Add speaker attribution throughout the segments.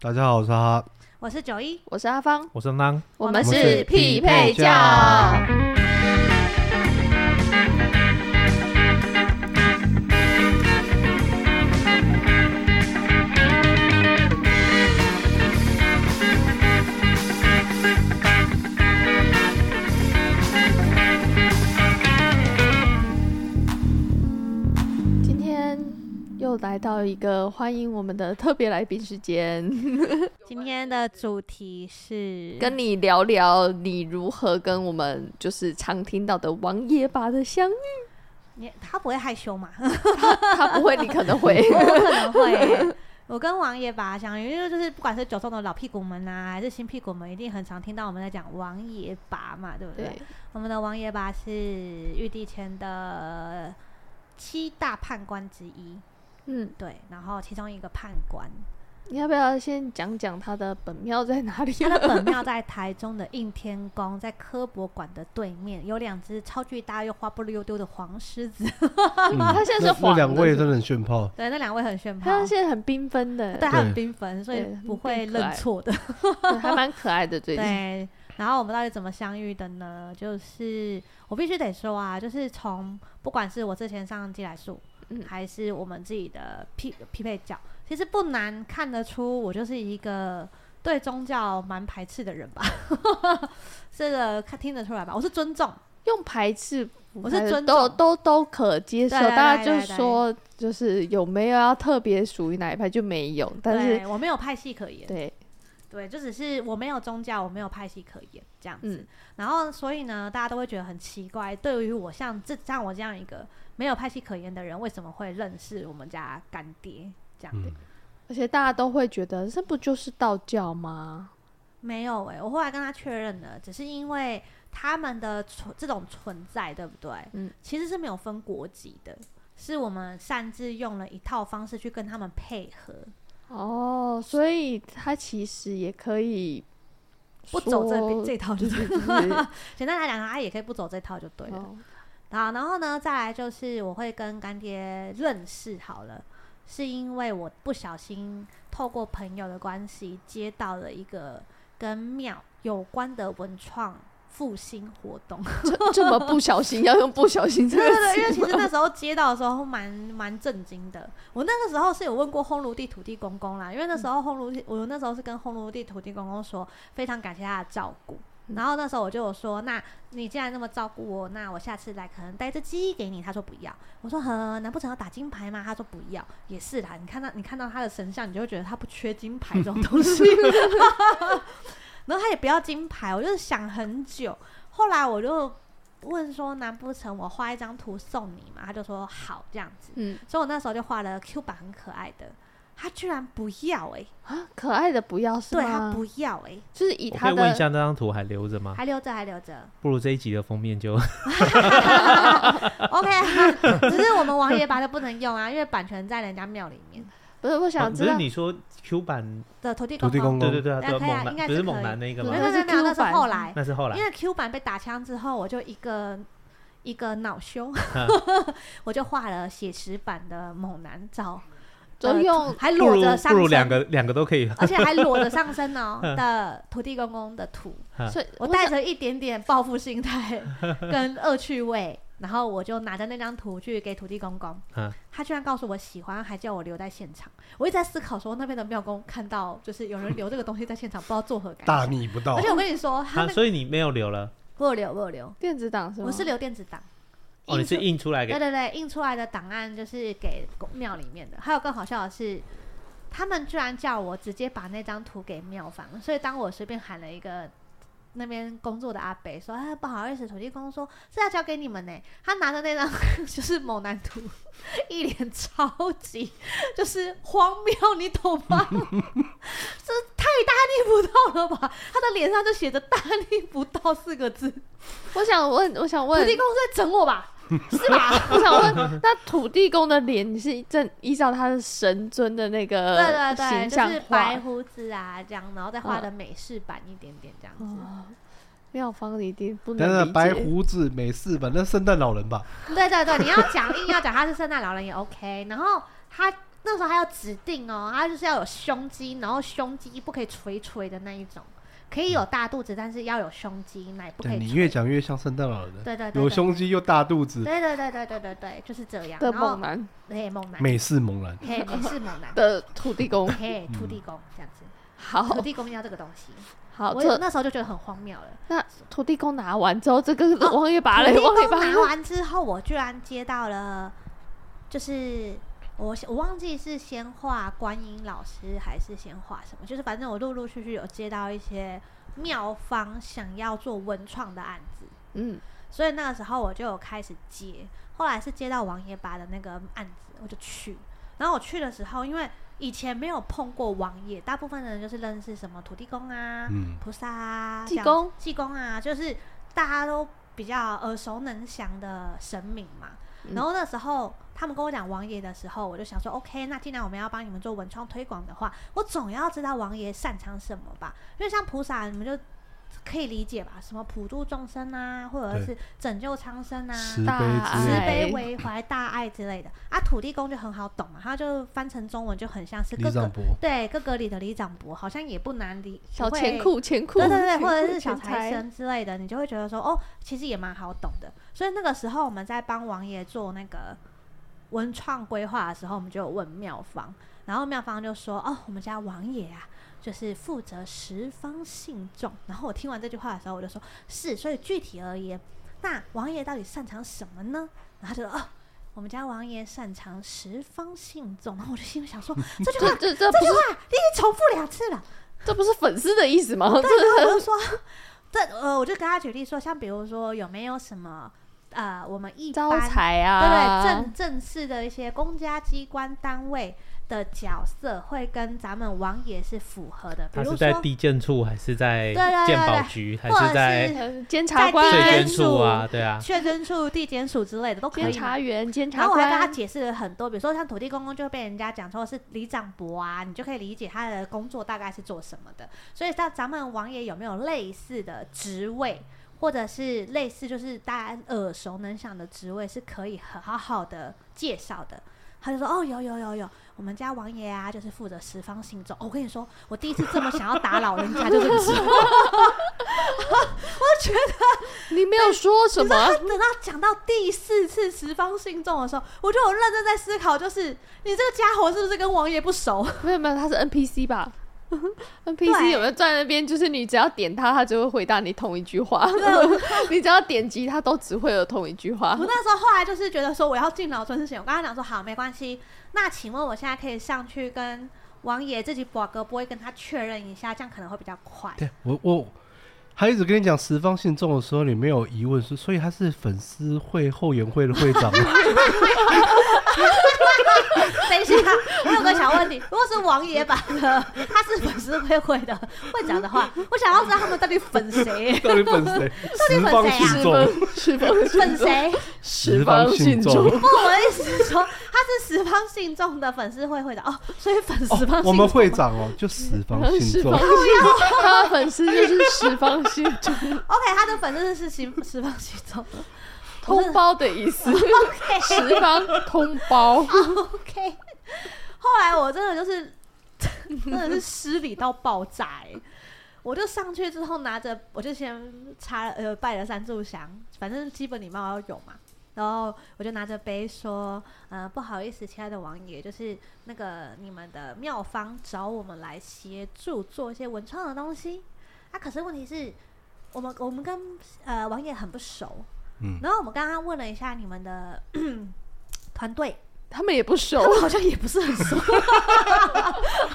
Speaker 1: 大家好，我是哈哈，
Speaker 2: 我是九一，
Speaker 3: 我是阿芳，
Speaker 1: 我是安。
Speaker 3: 我
Speaker 2: 们
Speaker 3: 们
Speaker 1: 是
Speaker 3: 是
Speaker 1: 匹
Speaker 3: 匹
Speaker 1: 配
Speaker 3: 配
Speaker 1: 教
Speaker 3: 教。今天又来到一个欢迎我们的特别来宾时间。
Speaker 2: 今天的主题是
Speaker 3: 跟你聊聊你如何跟我们就是常听到的王爷拔的相遇。
Speaker 2: 你，他不会害羞 吗？
Speaker 3: 他不会，你可能会。
Speaker 2: 我可能会。我跟王爷拔相遇，因为就是不管是九中的老屁股们啊，还是新屁股们，一定很常听到我们在讲王爷拔嘛，对不对？
Speaker 3: 对，
Speaker 2: 我们的王爷拔是玉帝前的七大判官之一，
Speaker 3: 嗯，
Speaker 2: 对，然后其中一个判官，
Speaker 3: 你要不要先讲讲他的本庙在哪里？啊
Speaker 2: 他的本庙在台中的应天宫，在科博馆的对面，有两只超巨大又花不溜丢的黄狮子，
Speaker 1: 嗯
Speaker 3: 他现在是
Speaker 1: 那那
Speaker 3: 黄的
Speaker 1: 两位真的很炫炮，
Speaker 2: 对，那两位很炫
Speaker 3: 他
Speaker 2: 炮，
Speaker 3: 现在很缤纷的，
Speaker 2: 呃对，他啊很
Speaker 1: 对
Speaker 2: 缤纷，所以
Speaker 3: 对
Speaker 2: 不会
Speaker 3: 很可
Speaker 2: 认
Speaker 3: 爱
Speaker 2: 错的。
Speaker 3: 对还蛮可爱的。最近，
Speaker 2: 对，然后我们到底怎么相遇的呢？就是我必须得说啊，就是从不管是我之前上寄来素，
Speaker 3: 嗯
Speaker 2: 还是我们自己的匹匹配教，其实不难看得出，我就是一个对宗教蛮排斥的人吧。 这个看听得出来吧？我是尊重，
Speaker 3: 用排斥不
Speaker 2: 我
Speaker 3: 排斥，
Speaker 2: 是尊
Speaker 3: 都
Speaker 2: 重
Speaker 3: 都都可接受。
Speaker 2: 对对啊
Speaker 3: 大家
Speaker 2: 对
Speaker 3: 就
Speaker 2: 对
Speaker 3: 说，就是有没有要特别属于哪一派就没有，但是
Speaker 2: 对我没有派系可言，
Speaker 3: 对，
Speaker 2: 对，就只是我没有宗教，我没有派系可言这样子。
Speaker 3: 嗯
Speaker 2: 然后，所以呢，大家都会觉得很奇怪，对于我像这像我这样一个没有派系可言的人，为什么会认识我们家干爹这样？
Speaker 1: 嗯，
Speaker 3: 而且大家都会觉得这不就是道教吗？
Speaker 2: 没有诶、我后来跟他确认了，只是因为他们的存这种存在，对不对？
Speaker 3: 嗯，
Speaker 2: 其实是没有分国籍的，是我们擅自用了一套方式去跟他们配合，
Speaker 3: 哦，所以他其实也可以
Speaker 2: 不走这
Speaker 3: 说
Speaker 2: 边这套就对了。
Speaker 3: 就是
Speaker 2: 简单来讲，他也可以不走这套就对了。
Speaker 3: 哦
Speaker 2: 好，然后呢，再来就是我会跟干爹认识好了，是因为我不小心透过朋友的关系接到了一个跟庙有关的文创复兴活动。
Speaker 3: 这这么不小心，要用不小心这
Speaker 2: 对
Speaker 3: 个
Speaker 2: 对对，因为
Speaker 3: 词
Speaker 2: 其
Speaker 3: 吗
Speaker 2: 实那时候接到的时候蛮蛮震惊的。我那个时候是有问过烘炉地土地公公啦，因为那时候烘炉地，我那时候是跟烘炉地土地公公说，非常感谢他的照顾。然后那时候我就有说，那你既然那么照顾我，那我下次来可能带只鸡给你。他说不要，我说呵，难不成要打金牌吗？他说不要，也是啦。你看到你看到他的神像，你就会觉得他不缺金牌这种东西。 然后他也不要金牌，我就是想很久。后来我就问说，难不成我画一张图送你嘛？他就说好这样子。
Speaker 3: 嗯
Speaker 2: 所以我那时候就画了 Q 版很可爱的，他居然不要哎、
Speaker 3: 啊，可爱的不要是
Speaker 2: 对他
Speaker 3: 吗？
Speaker 2: 不要哎、
Speaker 3: 就是以
Speaker 4: 我可
Speaker 3: 他
Speaker 4: 以问一
Speaker 3: 的
Speaker 4: 下，那张图还留
Speaker 1: 啊
Speaker 4: 着吗？
Speaker 2: 还留着还留着。
Speaker 4: 不如这一集的封面就
Speaker 2: OK，啊 只是我们王爷拔的不能用啊，因为版权在人家庙里面
Speaker 3: 不是我想
Speaker 4: 啊 不
Speaker 3: 知
Speaker 4: 是
Speaker 3: 道，
Speaker 4: 你说 Q 版，
Speaker 2: 的土地
Speaker 1: 土
Speaker 2: 公
Speaker 1: 地公
Speaker 2: 公。
Speaker 4: 对对
Speaker 1: 公，
Speaker 4: 对啊，
Speaker 2: 那
Speaker 4: 对
Speaker 2: 可以啊
Speaker 4: 猛
Speaker 2: 应该
Speaker 4: 男不是
Speaker 2: 是可以
Speaker 4: 猛男那个
Speaker 3: 对
Speaker 4: 吗
Speaker 2: 没
Speaker 3: 对？
Speaker 2: 有没有没有，那是
Speaker 3: 那是 Q 版
Speaker 2: 后来，
Speaker 4: 那是后来
Speaker 2: 因，为 Q 版被打枪之后，我就一个一个恼羞， 我就画了写实版的猛男照，
Speaker 3: 就用
Speaker 2: 还
Speaker 4: 不
Speaker 2: 裸
Speaker 4: 如
Speaker 2: 着
Speaker 4: 不
Speaker 2: 上
Speaker 4: 如两
Speaker 2: 身，
Speaker 4: 个嗯两个都可以。
Speaker 2: 而且还裸着上 身哦的土地公公的图，
Speaker 4: 啊
Speaker 3: 所以
Speaker 2: 我带着一点点报复心态跟恶趣味，然后我就拿着那张图去给土地公公
Speaker 4: 啊，
Speaker 2: 他居然告诉我喜欢，还叫我留在现场。我一直在思考说，那边的庙公看到就是有人留这个东西在现场，不知道作何感
Speaker 1: 大
Speaker 2: 想。
Speaker 1: 逆不道
Speaker 2: 而且，我跟你说，他
Speaker 4: 啊，
Speaker 2: 那
Speaker 4: 所以你没有留了
Speaker 2: 我有留，我有留，
Speaker 3: 电子档是吗？
Speaker 2: 我是留电子档。
Speaker 4: 哦，你是
Speaker 2: 印出
Speaker 4: 印出来
Speaker 2: 对
Speaker 4: 给
Speaker 2: 对对，印出来的档案就是给公庙里面的。还有更好笑的是，他们居然叫我直接把那张图给庙方，所以当我随便喊了一个。那边工作的阿北说：“哎，不好意思，土地公说这要交给你们呢。”他拿着那张 就是猛男图，一脸超级就是荒谬，你懂吗？ 这太大逆不道了吧！他的脸上就写着“大逆不道”四个字。土
Speaker 3: 我想问，我想问，
Speaker 2: 地公是在整我吧？是吧？
Speaker 3: 我想问，那土地公的脸你是正依照他的神尊的
Speaker 2: 对
Speaker 3: 那个
Speaker 2: 对对，
Speaker 3: 形
Speaker 2: 就
Speaker 3: 象
Speaker 2: 是
Speaker 3: 画
Speaker 2: 白胡子啊，这样，然后再画的美式版一点点这样子。
Speaker 3: 哦妙方你一定不
Speaker 1: 等
Speaker 3: 能理
Speaker 1: 等，
Speaker 3: 解
Speaker 1: 白胡子美式版，那圣诞老人吧，
Speaker 2: 对对对，你要讲硬要讲他是圣诞老人也 OK。然后他，那时候还要指定哦，它就是要有胸肌，然后胸肌不可以垂垂的那一种，可以有大肚子，但是要有胸肌，奶不可
Speaker 1: 对
Speaker 2: 以
Speaker 1: 你
Speaker 2: 垂。
Speaker 1: 越讲越像圣诞老人了，
Speaker 2: 对对对对，
Speaker 1: 有胸肌又大肚子，
Speaker 2: 对。对对对对对对，就是这样。
Speaker 3: 的
Speaker 2: 然后
Speaker 3: 猛男
Speaker 2: 嘿，猛男，
Speaker 1: 美式猛男，
Speaker 2: 嘿，美式猛男，
Speaker 3: 的土地公，
Speaker 2: 嘿，土地公这样子，
Speaker 3: 好
Speaker 2: 土地公要这个东西，
Speaker 3: 嗯好，
Speaker 2: 我有
Speaker 3: 这
Speaker 2: 那时候就觉得很荒谬了。
Speaker 3: 那土地公拿完之后，这个王爷拔
Speaker 2: 哦土
Speaker 3: 嘞，
Speaker 2: 地
Speaker 3: 王爷拔
Speaker 2: 公拿完之后，我居然接到了，就是我我忘记是先画观音老师还是先画什么，就是反正我陆陆续续有接到一些妙方想要做文创的案子，
Speaker 3: 嗯，
Speaker 2: 所以那个时候我就有开始接，后来是接到王爷拔的那个案子，我就去。然后我去的时候，因为以前没有碰过王爷，大部分的人就是认识什么土地公啊、
Speaker 1: 嗯，
Speaker 2: 菩萨啊、
Speaker 3: 济
Speaker 2: 这样子
Speaker 3: 公、
Speaker 2: 济公啊，就是大家都比较耳熟能详的神明嘛。
Speaker 3: 嗯
Speaker 2: 然后那时候他们跟我讲王爷的时候，我就想说，OK，那既然我们要帮你们做文创推广的话，我总要知道王爷擅长什么吧？因为像菩萨，你们就可以理解吧？什么普度众生啊，或者
Speaker 1: 对
Speaker 2: 是拯救苍生啊，
Speaker 1: 慈
Speaker 3: 大
Speaker 1: 悲
Speaker 2: 慈
Speaker 1: 之类，
Speaker 2: 悲
Speaker 3: 爱
Speaker 2: 为怀、大爱之类的。啊，土地公就很好懂嘛，他就翻成中文就很像是各
Speaker 1: 李
Speaker 2: 个
Speaker 1: 长博，
Speaker 2: 对各个里的里长伯，好像也不难理，
Speaker 3: 小
Speaker 2: 不会
Speaker 3: 钱库、钱库，
Speaker 2: 对对对，
Speaker 3: 钱
Speaker 2: 或者
Speaker 3: 库
Speaker 2: 是小
Speaker 3: 钱
Speaker 2: 财神之类的，你就会觉得说，哦，其实也蛮好懂的。所以那个时候我们在帮王爷做那个文创规划的时候，我们就有问妙方，然后妙方就说，哦，我们家王爷啊。就是负责十方信众，然后我听完这句话的时候，我就说是，所以具体而言，那王爷到底擅长什么呢？然后他就说哦，我们家王爷擅长十方信众，然后我就心里想说，这 句话
Speaker 3: 这这
Speaker 2: 这
Speaker 3: 这不
Speaker 2: 句
Speaker 3: 是
Speaker 2: 话你已经重复两次了，
Speaker 3: 这不是粉丝的意思吗？这
Speaker 2: 对，然后我就说，这呃，我就跟他举例说，像比如说有没有什么呃，我们一般
Speaker 3: 招财
Speaker 2: 对
Speaker 3: 啊，
Speaker 2: 对正正式的一些公家机关单位的角色会跟咱们王爷是符合的，比
Speaker 4: 他
Speaker 2: 如
Speaker 4: 是
Speaker 2: 说
Speaker 4: 在地建处，还是在
Speaker 2: 对对对
Speaker 4: 鉴宝
Speaker 2: 对
Speaker 4: 局，还
Speaker 2: 或者
Speaker 4: 是在
Speaker 2: 是
Speaker 3: 呃监
Speaker 2: 在
Speaker 3: 察
Speaker 2: 地
Speaker 3: 官、
Speaker 4: 税
Speaker 2: 监
Speaker 4: 捐处啊？对 啊，
Speaker 2: 确诊处、地检署之类的都可
Speaker 3: 监
Speaker 2: 以嘛。
Speaker 3: 察员、
Speaker 2: 然
Speaker 3: 监察
Speaker 2: 后我还跟他
Speaker 3: 官，
Speaker 2: 解释了很多，比如说像土地公公就被人家讲说是里长伯啊，你就可以理解他的工作大概是做什么的。所以像咱们王爷有没有类似的职位，或者是类似就是大家耳熟能详的职位，是可以很好好的介绍的。他就说：“哦，有有有有，我们家王爷啊，就是负责十方信众。哦我跟你说，我第一次这么想要打扰人家，就是这个时候
Speaker 3: 你没有说什么，
Speaker 2: 等到讲到第四次十方信众的时候，我就有认真在思考，就是你这个家伙是不是跟王爷不 熟？
Speaker 3: 没有没有，他是 NPC 吧？NPC
Speaker 2: 对
Speaker 3: 有没有在那边？就是你只要点他，他就会回答你同一句话。 你只要点击他，都只会有同一句话
Speaker 2: 我。那时候后来就是觉得说我要敬老尊贤，我跟他讲说好没关系，那请问我现在可以上去跟王爷自己保哥不会跟他确认一下，这样可能会比较快。
Speaker 1: 对我我。他一直跟你讲十方信众的时候，你没有疑问说，所以他是粉丝会后援会的会 长吗，
Speaker 2: 等一下，我有个小问题，如果是王爷版的，他是粉丝会会的会长的话，我想要知道他们到底粉谁，
Speaker 1: 到底粉谁？
Speaker 2: 底
Speaker 1: 十
Speaker 2: 粉
Speaker 1: 方
Speaker 2: 谁啊
Speaker 1: 信众，
Speaker 3: 是否是
Speaker 2: 粉谁？
Speaker 1: 十方信众，
Speaker 2: 不，我的意思是说他是十方信众的粉丝会会长哦，所以粉十方信众、
Speaker 1: 我们会长哦，就十方信
Speaker 3: 十
Speaker 1: 众
Speaker 3: 方，信众，他的粉丝就是十方信众，
Speaker 2: OK，他的粉丝是十 十方信众
Speaker 3: 通包的意思，
Speaker 2: ，OK
Speaker 3: 十方通包。
Speaker 2: OK。后来我真的就是 真的是失礼到爆炸哎、我就上去之后拿着，我就先插呃拜了三炷香，反正基本礼貌要有嘛。然后我就拿着杯说：“呃，不好意思，亲爱的王爷，就是那个你们的妙方找我们来协助做一些文创的东西啊。可是问题是，我们我们跟呃王爷很不熟，
Speaker 1: 嗯
Speaker 2: 然后我们刚刚问了一下你们的 团队，
Speaker 3: 他们也不熟
Speaker 2: 他，们好像也不是很熟。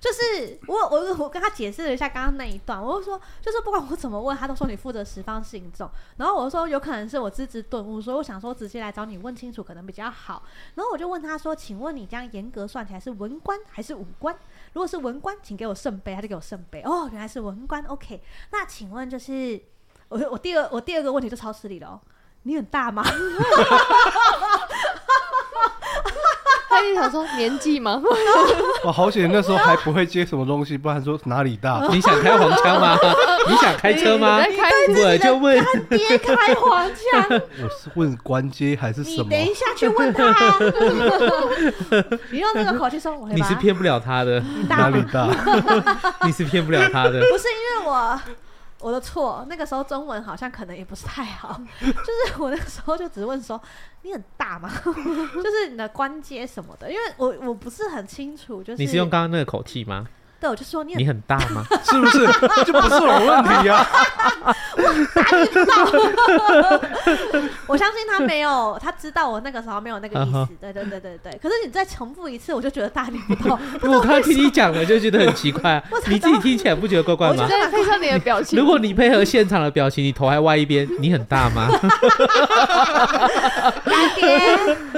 Speaker 2: 就是我我我跟他解释了一下刚刚那一段，我就说，就是不管我怎么问，他都说你负责十方信众。然后我就说有可能是我资质顿悟，所以我想说直接来找你问清楚可能比较好。然后我就问他说，请问你这样严格算起来是文官还是武官？如果是文官，请给我圣杯，他就给我圣杯。哦，原来是文官，OK。那请问就是我我第二我第二个问题就超失礼了、哦，你很大吗？
Speaker 3: 他就想说年纪 吗？
Speaker 1: 哦
Speaker 2: 嗯
Speaker 1: 我好险那时候还不会接什么东西，不然说哪里大，
Speaker 4: 你想开黄腔吗？你想开车吗
Speaker 3: 你？在开
Speaker 4: 我就问，
Speaker 2: 别开黄腔，
Speaker 1: 我是问关街还是
Speaker 2: 你
Speaker 1: 什么？
Speaker 2: 等一下去问他、 啊。你用这个口气说，我会
Speaker 4: 你
Speaker 2: 把
Speaker 4: 是
Speaker 2: 他
Speaker 4: 骗不了他 的，
Speaker 1: 哪里大？
Speaker 4: 你是骗不了他的。
Speaker 2: 不是因为我我的错，那个时候中文好像可能也不是太好， 就是我那个时候就只问说你很大吗？ 就是你的关节什么的，因为我我不是很清楚，就是
Speaker 4: 你是用刚刚那个口气吗？
Speaker 2: 对，我就说你
Speaker 4: 你
Speaker 2: 很
Speaker 4: 很大吗？
Speaker 1: 是不是？ 就不是我问题啊！
Speaker 2: 我相信他没有，他知道我那个时候没有那个意
Speaker 4: 啊
Speaker 2: 思
Speaker 4: 哈，
Speaker 2: 对对对对对。可是你再重复一次，我就觉得大逆不道，不知道
Speaker 4: 我刚刚
Speaker 2: 为什
Speaker 4: 听
Speaker 2: 么。
Speaker 4: 你讲了，就觉得很奇怪啊
Speaker 2: 我。才
Speaker 4: 你自己听起来不觉得怪怪
Speaker 2: 我
Speaker 4: 吗
Speaker 2: 觉？
Speaker 3: 再配上你的表情，
Speaker 4: 如果你配合现场的表情，你头还歪一边，你很大 吗？
Speaker 2: 干爹，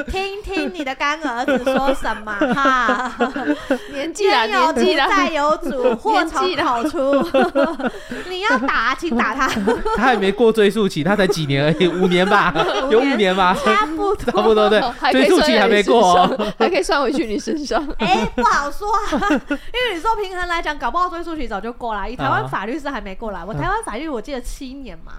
Speaker 2: 听听你的干儿子说什么哈。
Speaker 3: 年纪啦，
Speaker 2: 冤有
Speaker 3: 年
Speaker 2: 头
Speaker 3: 纪啦，
Speaker 2: 债 有 主，祸从口出。 你要打，请 打他，
Speaker 4: 他还没过追溯期，他才几年而已，五年 吧，有五年吧，
Speaker 2: 差不
Speaker 4: 差
Speaker 2: 多。
Speaker 4: 不多对
Speaker 3: 还，可以
Speaker 4: 追溯
Speaker 3: 算
Speaker 4: 期还
Speaker 3: 在
Speaker 4: 没
Speaker 3: 你身
Speaker 4: 过哦。
Speaker 3: 上，还可以算回去你身上。
Speaker 2: 哎、不好说、啊， 因为你说平衡来讲，搞不好追溯期早就过了。以台湾
Speaker 4: 啊
Speaker 2: 法律是还没过来，我台湾法律我记得七年嘛，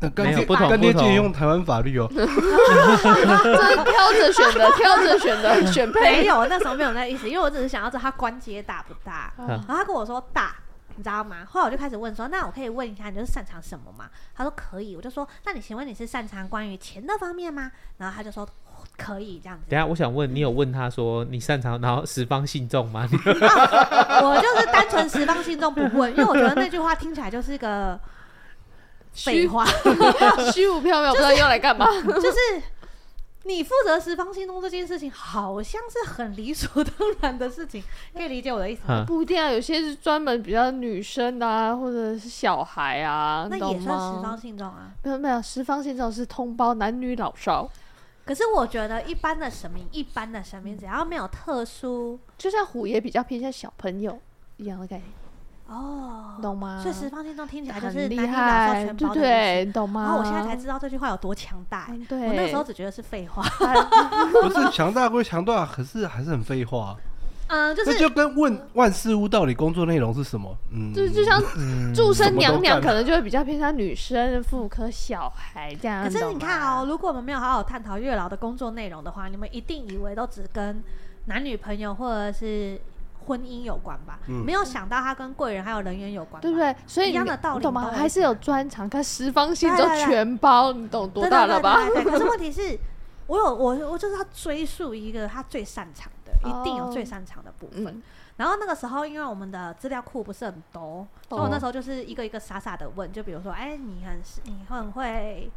Speaker 1: 那干
Speaker 4: 没
Speaker 1: 爹
Speaker 4: 有不同
Speaker 1: 干爹
Speaker 4: 不
Speaker 1: 竟
Speaker 4: 同
Speaker 1: 然用台湾法律哦，
Speaker 3: 这是挑着选的，挑着 选的选
Speaker 2: 没
Speaker 3: 配。
Speaker 2: 有，那时候没有那意思，因为我只是想要知道他关节大不大。
Speaker 4: 啊
Speaker 2: 然后他跟我说大，你知道吗？后来我就开始问说，那我可以问一下你就是擅长什么吗？他说可以，我就说那你请问你是擅长关于钱的方面吗？然后他就说可以这样子
Speaker 4: 等一，下，我想问你，有问他说你擅长然后十方信众 吗？
Speaker 2: 啊我就是单纯十方信众不问，因为我觉得那句话听起来就是个废
Speaker 3: 虚
Speaker 2: 话，
Speaker 3: 虚无缥缈，不知道用来干嘛。
Speaker 2: 就是。你负责十方心动这件事情，好像是很理所当然的事情，可以理解我的意思吗？
Speaker 4: 哈
Speaker 3: 不一定啊，有些是专门比较女生的啊，或者是小孩啊，
Speaker 2: 那
Speaker 3: 你懂
Speaker 2: 也算十方
Speaker 3: 吗？
Speaker 2: 信众啊。
Speaker 3: 没有没有，十方信众是通包男女老少，
Speaker 2: 可是我觉得一般的神明，一般的神明只要没有特殊
Speaker 3: 就像虎爷比较偏向小朋友一样的概念，
Speaker 2: 哦，
Speaker 3: 你懂吗？
Speaker 2: 所以十方信众听起来就
Speaker 3: 很
Speaker 2: 是
Speaker 3: 厉
Speaker 2: 男女老少
Speaker 3: 害，
Speaker 2: 全
Speaker 3: 对
Speaker 2: 包的意
Speaker 3: 不
Speaker 2: 思。
Speaker 3: 对？你懂吗？
Speaker 2: 然后哦我现在才知道这句话有多强大、欸
Speaker 3: 嗯，对，
Speaker 2: 我那时候只觉得是废话。
Speaker 1: 不是强大归强大，可是还是很废话。
Speaker 2: 嗯，就
Speaker 1: 那
Speaker 2: 是
Speaker 1: 就跟问万事屋到底工作内容是什么？嗯，
Speaker 3: 就就像祝
Speaker 1: 什
Speaker 3: 生
Speaker 1: 么
Speaker 3: 娘
Speaker 1: 都
Speaker 3: 娘
Speaker 1: 干
Speaker 3: 可能就会比较偏向女生、妇科、小孩这样。
Speaker 2: 可是你看哦，
Speaker 3: 啊懂吗，
Speaker 2: 如果我们没有好好探讨月老的工作内容的话，你们一定以为都只跟男女朋友或者是婚姻有关吧？
Speaker 1: 嗯
Speaker 2: 没有想到它跟贵人还有人缘有关吧，
Speaker 3: 对不对？所以
Speaker 2: 一样
Speaker 3: 你
Speaker 2: 的道理
Speaker 3: 你懂
Speaker 2: 你
Speaker 3: 吗？
Speaker 2: 懂我
Speaker 3: 还
Speaker 2: 意
Speaker 3: 是
Speaker 2: 思
Speaker 3: 有
Speaker 2: 吗
Speaker 3: 专长，跟十方信
Speaker 2: 对
Speaker 3: 都
Speaker 2: 对对
Speaker 3: 全包，你懂多
Speaker 2: 对
Speaker 3: 大
Speaker 2: 对
Speaker 3: 了
Speaker 2: 对
Speaker 3: 吧？
Speaker 2: 对对对可是问题是，我有我我就是要追溯一个他最擅长的，一定有最
Speaker 3: 哦
Speaker 2: 擅长的部分。
Speaker 3: 嗯，
Speaker 2: 然后那个时候，因为我们的资料库不是很多，所以我
Speaker 3: 哦
Speaker 2: 那时候就是一个一个傻傻的问，就比如说，哎，你很你很会，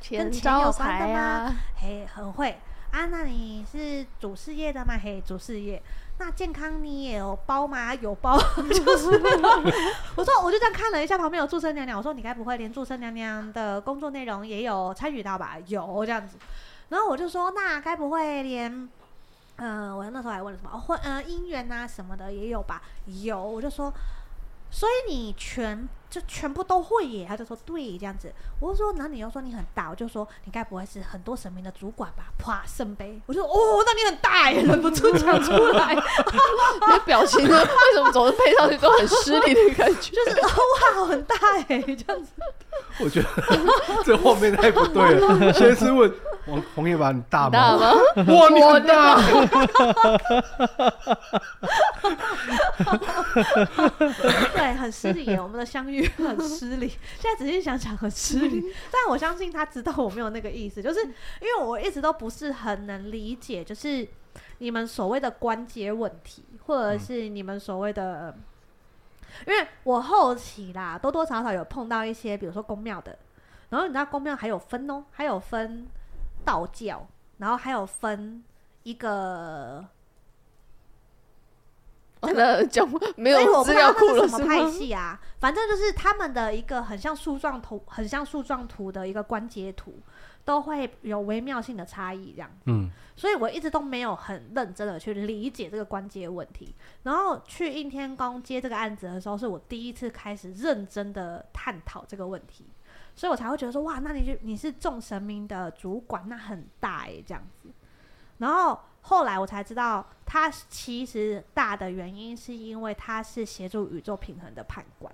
Speaker 3: 钱
Speaker 2: 钱
Speaker 3: 招
Speaker 2: 有关的
Speaker 3: 财啊，
Speaker 2: 嘿，很会啊，那你是主事业的吗？嘿，主事业。那健康你也有包吗？有包， 就是我说我就这样看了一下，旁边有祝生娘娘，我说你该不会连祝生娘娘的工作内容也有参与到吧？有这样子，然后我就说那该不会连嗯，我那时候还问了什么哦婚呃姻缘呐什么的也有吧，有，我就说，所以你全就全部都会耶，他就说对这样子，我就说那你又说你很大，我就说哦你该不会是很多神明的主管吧？啪圣杯，我就说哦，那你很大耶，忍不 住讲出来，
Speaker 3: 你的表情呢？ 为什么总是配上去都很失礼的感觉？
Speaker 2: 就是哦 哇很大耶这样子，
Speaker 1: 我觉得这后面太不对 了。先是问王红叶吧，你大
Speaker 3: 你大
Speaker 1: 吗？
Speaker 3: 吗？
Speaker 1: 哇，你很大！
Speaker 2: 对，很失礼耶，我们的相 遇很失礼，现在仔细想想很失礼，但我相信他知道我没有那个意思，就是因为我一直都不是很能理解，就是你们所谓的关节问题，或者是你们所谓的，因为我后期啦，多多少少有碰到一些，比如说公庙的，然后你知道公庙还有分哦，还有分道教，然后还有分一个
Speaker 3: 完了，讲没
Speaker 2: 所以
Speaker 3: 有
Speaker 2: 我不
Speaker 3: 资
Speaker 2: 知道
Speaker 3: 料库
Speaker 2: 那
Speaker 3: 了
Speaker 2: 是什
Speaker 3: 是
Speaker 2: 么
Speaker 3: 吗？
Speaker 2: 派系啊，反正就是他们的一个很像树状图，很像树状图的一个关节图，都会有微妙性的差异这样。
Speaker 1: 嗯，
Speaker 2: 所以我一直都没有很认真的去理解这个关节问题。然后去应天宫接这个案子的时候，是我第一次开始认真的探讨这个问题，所以我才会觉得说，哇，那你就你是众神明的主管，那很大诶、这样子。然后后来我才知道，他其实大的原因是因为他是协助宇宙平衡的判官。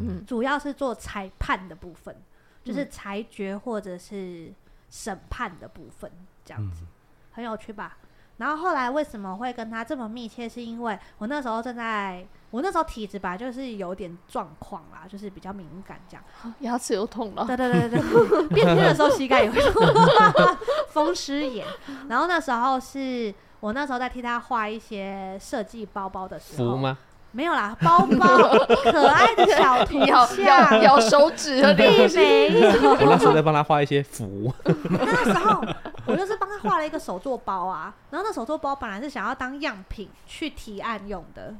Speaker 3: 嗯
Speaker 2: 主要是做裁判的部分，就是裁决或者是审判的部分，这样子、很有趣吧？然后后来为什么会跟他这么密切？是因为我那时候正在，我那时候体质吧，就是有点状况啦，就是比较敏感这样。
Speaker 3: 牙齿又痛了，
Speaker 2: 对对对对对，变天的时候膝盖也会 痛，风湿炎。然后那时候是我那时候在替他画一些设计包包的时
Speaker 4: 服
Speaker 2: 候，
Speaker 4: 吗？
Speaker 2: 没有啦，包 包可爱的小 图
Speaker 3: 咬
Speaker 2: 像
Speaker 3: 咬，咬手指的
Speaker 2: 并
Speaker 3: 脸，
Speaker 2: 没有。
Speaker 4: 我那时候在帮他画一些符，
Speaker 2: 那时候我就是帮他画了一个手作包啊，然后那手作包本来是想要当样品去提案用的，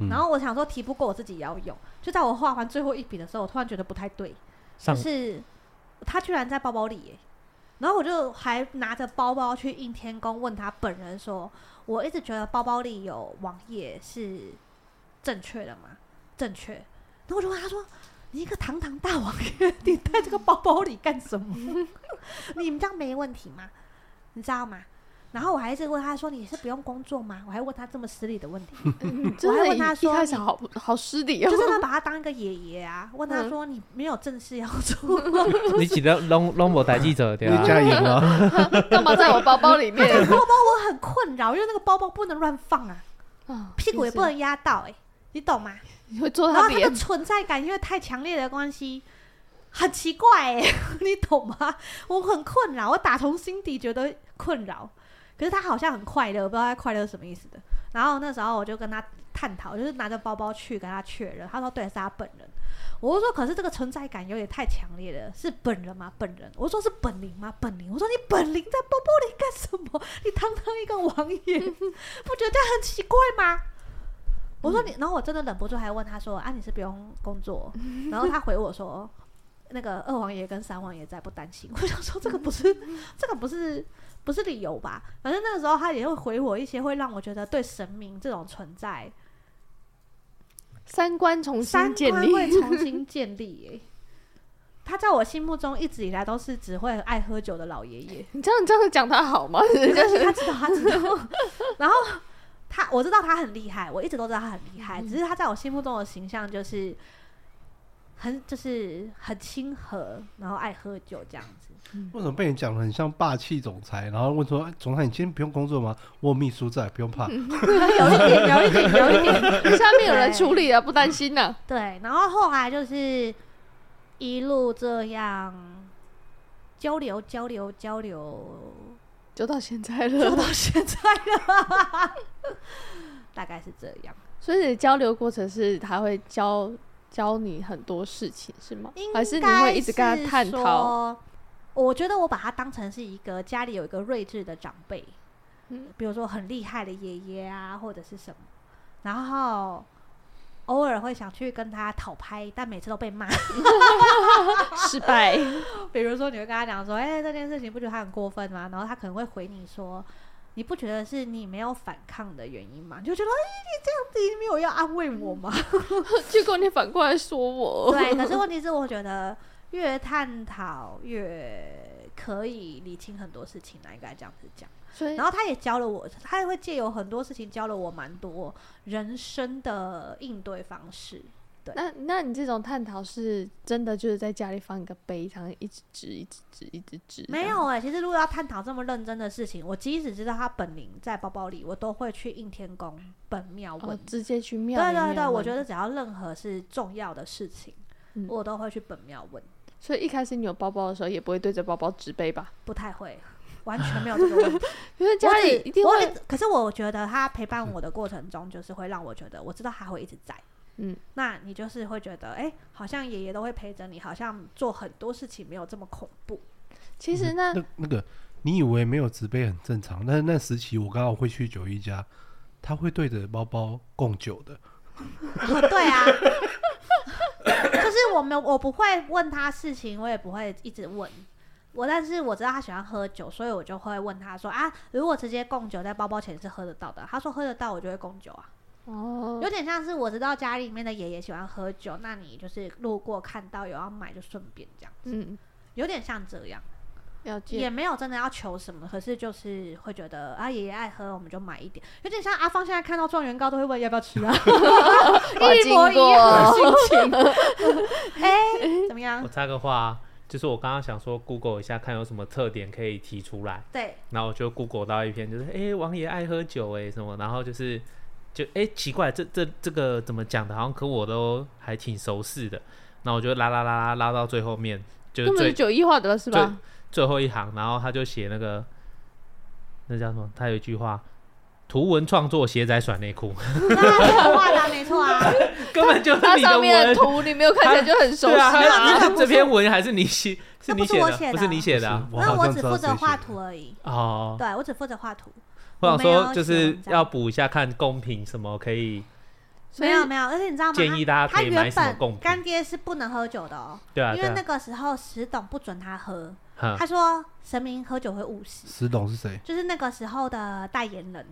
Speaker 1: 嗯
Speaker 2: 然后我想说提不过我自己也要用，就在我画完最后一笔的时候，我突然觉得不太对，就
Speaker 4: 上
Speaker 2: 是他居然在包包里耶、然后我就还拿着包包去应天宫问他本人说，我一直觉得包包里有网页是正确的吗？正确。然后我就问他说：“你一个堂堂大王爷，你带这个包包里干什么？ 你们这样没问题吗？你知道吗？”然后我还一直问他说：“你是不用工作吗？”我还问他这么失礼的问题，
Speaker 3: 嗯真
Speaker 2: 我还
Speaker 3: 的
Speaker 2: 问他
Speaker 3: 一一
Speaker 2: 说
Speaker 3: 开始
Speaker 2: 你
Speaker 3: 好好失礼哦
Speaker 2: 就。是他把他当一个爷爷啊，问他说：“你没有正事要做吗
Speaker 4: 你几个拢拢无代记者对啊
Speaker 1: 因为
Speaker 4: 吧？
Speaker 1: 家里吗？
Speaker 3: 干嘛在我包包 里 面？
Speaker 2: 包包我很困扰，因为那个包包不能乱放啊，
Speaker 3: 啊
Speaker 2: 屁股也不，能压到、欸，你懂吗？
Speaker 3: 你会做
Speaker 2: 然
Speaker 3: 他
Speaker 2: 后那
Speaker 3: 脸
Speaker 2: 个，存在感因为太强烈的关系，很奇怪、欸， 你懂吗？我很困扰，我打从心底觉得困扰。可是他好像很快乐，我不知道他快乐是什么意思的。然后那时候我就跟他探讨，就是拿着包包去跟他确认，他说对，是他本人。我就说，可是这个存在感有点太强烈了，是本人吗？本人，我说是本灵吗？本灵，我说你本灵在包包里干什么？你堂堂一个王爷，不觉得这样很奇怪吗？我
Speaker 3: 嗯
Speaker 2: 说你，然后我真的忍不住还问他说啊，你是不用工 作？然后他回我说，那个二王爷跟三王爷在，不担心。 我想说这个不是，
Speaker 3: 嗯
Speaker 2: 这个不是不是理由吧？反正那个时候他也会回我一些会让我觉得对神明这种存在
Speaker 3: 三观重
Speaker 2: 三
Speaker 3: 新建
Speaker 2: 观
Speaker 3: 立。
Speaker 2: 会重新建立 耶、他在我心目中一直以来都是只会爱喝酒的老爷爷。
Speaker 3: 你这样这样讲他好吗？ 人家
Speaker 2: 他知道，他知道。然后他，我知道他很厉害，我一直都知道他很厉害，只是他在我心目中的形象就是很就是很亲和，然后爱喝酒这样子。
Speaker 1: 为什么被你讲的很像霸气总裁？然后问说：“哎总裁，你今天不用工作吗？我有秘书在，不用怕。
Speaker 2: 嗯有一点，有一点，有一点。
Speaker 3: 下面有人处理了，啊不担心呐。
Speaker 2: 对，然后后来就是一路这样交流，交流，交流，
Speaker 3: 就到现在
Speaker 2: 就
Speaker 3: 了
Speaker 2: 到，现在了，大概是这样。
Speaker 3: 所以你的交流过程是他会教教你很多事情是吗
Speaker 2: 应？
Speaker 3: 还是你
Speaker 2: 该
Speaker 3: 会一直跟他探
Speaker 2: 是
Speaker 3: 讨？
Speaker 2: 说。我觉得我把他当成是一个家里有一个睿智的长辈，
Speaker 3: 嗯
Speaker 2: 比如说很厉害的爷爷啊，或者是什么，然后偶尔会想去跟他讨拍，但每次都被骂。
Speaker 3: 失败，
Speaker 2: 比如说你会跟他讲说，哎、这件事情不觉得他很过分吗？然后他可能会回你说，你不觉得是你没有反抗的原因吗？你就觉得，哎、你这样子，你没有要安慰我吗？
Speaker 3: 结果你反过来说我。
Speaker 2: 对，可是问题是，我觉得越探讨越可以理清很多事情啦，应该这样子讲。
Speaker 3: 所以
Speaker 2: 然后他也教了我，他也会借由很多事情教了我蛮多人生的应对方式。
Speaker 3: 那那你这种探讨是真的就是在家里放一个杯，然后一直指一直指一直指。
Speaker 2: 没有哎、其实如果要探讨这么认真的事情，我即使知道他本灵在包包里，我都会去应天宫本庙
Speaker 3: 哦
Speaker 2: 问。，
Speaker 3: 直接去庙
Speaker 2: 对
Speaker 3: 里
Speaker 2: 啊
Speaker 3: 面问。
Speaker 2: 对对，我觉得只要任何是重要的事情，
Speaker 3: 嗯
Speaker 2: 我都会去本庙问，
Speaker 3: 所以一开始你有包包的时候，也不会对着包包指杯吧？
Speaker 2: 不太会，完全没有这个 问题。
Speaker 3: 因为家里
Speaker 2: 我只
Speaker 3: 一定
Speaker 2: 我
Speaker 3: 会，
Speaker 2: 只可是我觉得他陪伴我的过程中，就是会让我觉得我知道他会一直在。
Speaker 3: 嗯，
Speaker 2: 那你就是会觉得，哎、好像爷爷都会陪着你，好像做很多事情没有这么恐 怖。
Speaker 3: 其实
Speaker 5: 嗯
Speaker 3: 呢，
Speaker 1: 那那个，你以为没有直杯很正常，但是那时期我刚好会去九一家，他会对着包包供酒的。
Speaker 2: 哦对啊， 就是我没有，我不会问他事情，我也不会一直问。我但是我知道他喜欢喝酒，所以我就会问他说啊，如果直接供酒在包包前是喝得到的，他说喝得到，我就会供酒啊。
Speaker 3: 哦，
Speaker 2: 有点像是我知道家里面的爷爷喜欢喝酒，那你就是路过看到有要买就顺便这样，
Speaker 3: 嗯，
Speaker 2: 有点像这样。
Speaker 3: 了
Speaker 2: 也
Speaker 3: 解。
Speaker 2: 没有真的要求什么，可是就是会觉得啊，爷爷爱喝，我们就买一点，有点像阿芳现在看到状元糕都会问要不要吃 啊，
Speaker 3: 哇
Speaker 2: 一模一样的心情。 哎、
Speaker 3: 嗯
Speaker 2: 怎么样
Speaker 5: 我？插个话啊，就是我刚刚想说 Google 一下看有什么特点可以提出来，
Speaker 2: 对，
Speaker 5: 然后我就 Google 到一篇，就是哎、诶王爷爱喝酒哎、什么，然后就是就哎、诶奇怪，这这这个怎么讲的？好像可我都还挺熟识的。然后我就拉拉拉拉拉到最后面，就是
Speaker 3: 根本
Speaker 5: 最
Speaker 3: 是九一化的了，是吧？
Speaker 5: 最后一行，然后他就写那个那叫什么？他有一句话。图文创作鞋仔甩内裤，
Speaker 2: 那我画的啊没错啊，
Speaker 5: 根本就是
Speaker 3: 它
Speaker 5: 你的
Speaker 3: 上面的
Speaker 5: 文，
Speaker 3: 图你没有看起来就很熟悉
Speaker 5: 对啊，
Speaker 3: 嘛。
Speaker 5: 他 这篇文还是你写，是
Speaker 2: 那不
Speaker 5: 你
Speaker 2: 是
Speaker 5: 写
Speaker 2: 我
Speaker 5: 的，
Speaker 2: 写
Speaker 5: 不
Speaker 2: 的
Speaker 5: 是
Speaker 2: 啊
Speaker 5: 你写的啊、
Speaker 1: 我
Speaker 2: 那
Speaker 1: 好
Speaker 2: 我
Speaker 1: 像
Speaker 2: 只
Speaker 1: 知道
Speaker 2: 负责
Speaker 1: 谁写
Speaker 2: 画
Speaker 1: 的
Speaker 2: 图而已，
Speaker 5: 哦，
Speaker 2: 对我只负责画图，
Speaker 5: 我想
Speaker 2: 我没有
Speaker 5: 说，就
Speaker 2: 写
Speaker 5: 是
Speaker 2: 文章
Speaker 5: 要补一下，看公平什么可以，
Speaker 3: 所以
Speaker 2: 没有没有，而且你知道吗？
Speaker 5: 建议大家
Speaker 2: 他
Speaker 5: 可以买
Speaker 2: 原
Speaker 5: 什么
Speaker 2: 本
Speaker 5: 贡
Speaker 2: 干
Speaker 5: 品，
Speaker 2: 爹是不能喝酒的哦，
Speaker 5: 对啊，
Speaker 2: 因
Speaker 5: 对
Speaker 2: 为那
Speaker 5: 啊，
Speaker 2: 个时候石董不准他喝，
Speaker 5: 哼
Speaker 2: 他说神明喝酒会误事，
Speaker 1: 石董是谁？
Speaker 2: 就是那个时候的代言人。